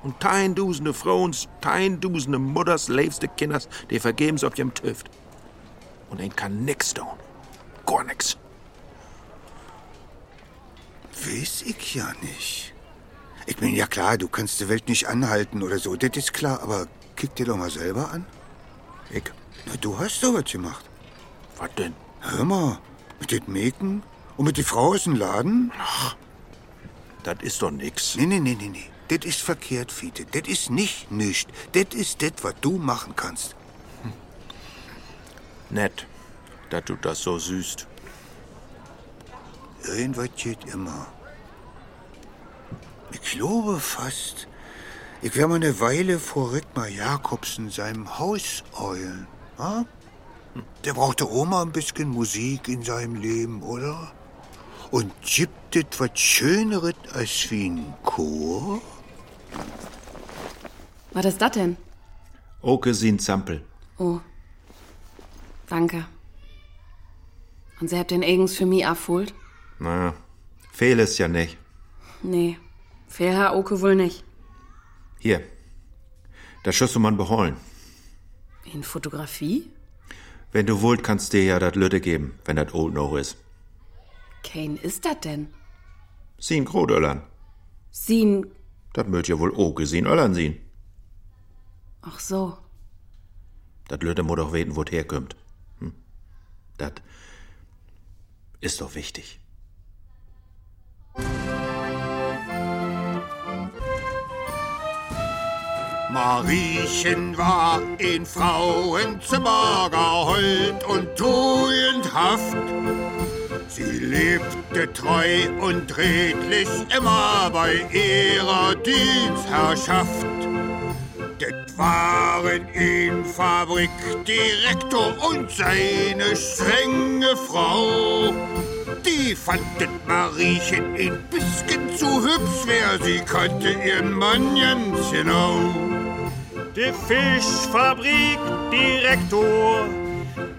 S5: Und Teindusende Frauens, Teindusende Mutters, leibste Kinders, die vergebens ob jem Tüft. Und ein kann nix tun. Gar nix.
S4: Weiß ich ja nicht. Ich meine, ja klar, du kannst die Welt nicht anhalten oder so, das ist klar, aber kick dir doch mal selber an.
S5: Ich?
S4: Na, du hast doch was gemacht.
S5: Was denn?
S4: Hör mal, mit den Mäken und mit die Frau aus dem Laden?
S5: Ach, das ist doch nix.
S4: Nee, nee, nee, nee, nee. Das ist verkehrt, Fiete. Das ist nicht nüscht. Das ist das, was du machen kannst. Hm.
S5: Nett, dass du das so süßt.
S4: Irgendwas geht immer. Ich glaube fast, ich werde mal eine Weile vor Rittmar Jakobsen seinem Haus eulen. Ha? Der brauchte Oma ein bisschen Musik in seinem Leben, oder? Und gibt es was Schöneres als wie ein Chor?
S3: Was ist das denn?
S5: Oke sin Zampel.
S3: Oh. Danke. Und sie habt den eigens für mich abholt?
S5: Na, fehl es ja nicht.
S3: Nee, fehl Herr Oke wohl nicht.
S5: Hier. Das schüsst du man beholen.
S3: In Fotografie?
S5: Wenn du wollt, kannst dir ja das Lütte geben, wenn das old noch ist.
S3: Kane ist das denn?
S5: Sien Grodöllern.
S3: Sien.
S5: Das mögt ja wohl Oke sien Öllern sien.
S3: Ach so.
S5: Dat Lütte muss doch weten, wo herkommt. Hm. Das ist doch wichtig.
S17: Mariechen war in Frauenzimmer geholt und tugendhaft. Sie lebte treu und redlich immer bei ihrer Dienstherrschaft. Det waren ihn Fabrikdirektor und seine strenge Frau. Die fanden Mariechen ein bisschen zu hübsch, wer sie kannte ihren Mann ganz genau.
S18: Der Fischfabrikdirektor,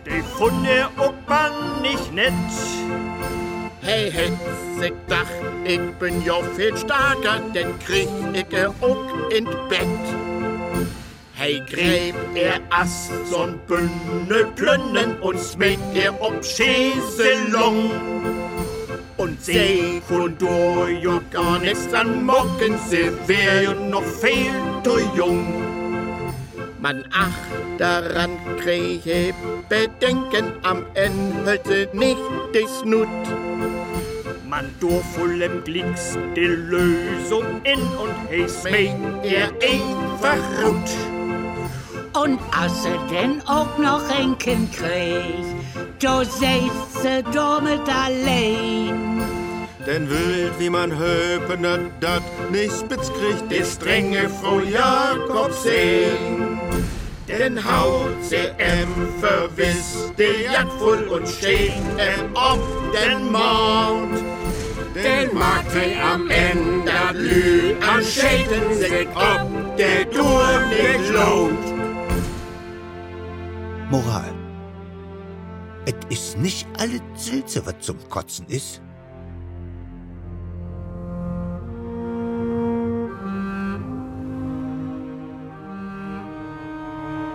S18: der fand der Ockmann nicht nett.
S9: Hey, hätt ich dach, ich bin ja viel stärker, denn krieg ich auch in Bett. Hey, gräb er Ast, so'n Bünne plünnen und smet er ob Schäselung.
S18: und See. Von durch und gar nichts an morgen sie wird noch viel zu jung. Man acht daran, kriege Bedenken am Ende nicht des Nut.
S1: Man durch vollem Glicks die Lösung in und heis mich
S18: er einfach rund.
S10: Und als sie denn auch noch ein Kind kriegt, da seht sie damit allein.
S5: Denn wild, wie man höpen dat nicht spitz kriegt,
S18: Die strenge Frau Jakob sehen. Denn haut sie em verwiss, die Jagd voll und steht em auf den Mond. Den mag sie am Ende blühen, am Schäden sich, ob der Tour nicht lohnt.
S4: Moral. Et is nicht alle Silze, was zum Kotzen ist.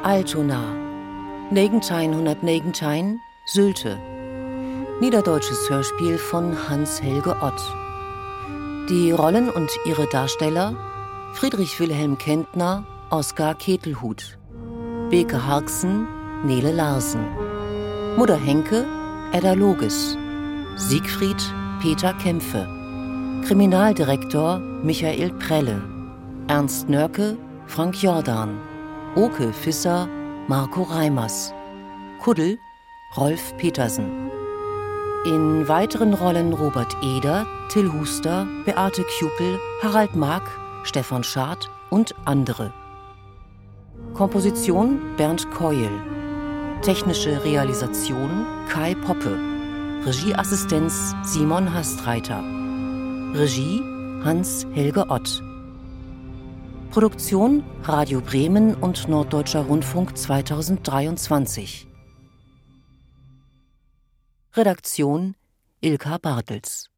S2: Altona, Negentein 100 Negentein, Sylte. Niederdeutsches Hörspiel von Hans-Helge Ott. Die Rollen und ihre Darsteller Friedrich Wilhelm Kentner, Oskar Ketelhut. Beke Harksen, Nele Larsen. Mutter Henke, Edda Loges. Siegfried, Peter Kämpfe. Kriminaldirektor, Michael Prelle. Ernst Nörke, Frank Jordan. Oke Fisser, Marco Reimers. Kuddel, Rolf Petersen. In weiteren Rollen Robert Eder, Till Huster, Beate Kjupel, Harald Mark, Stefan Schad und andere. Komposition Bernd Keul. Technische Realisation Kai Poppe. Regieassistenz Simon Hastreiter. Regie Hans-Helge Ott. Produktion Radio Bremen und Norddeutscher Rundfunk 2023. Redaktion Ilka Bartels.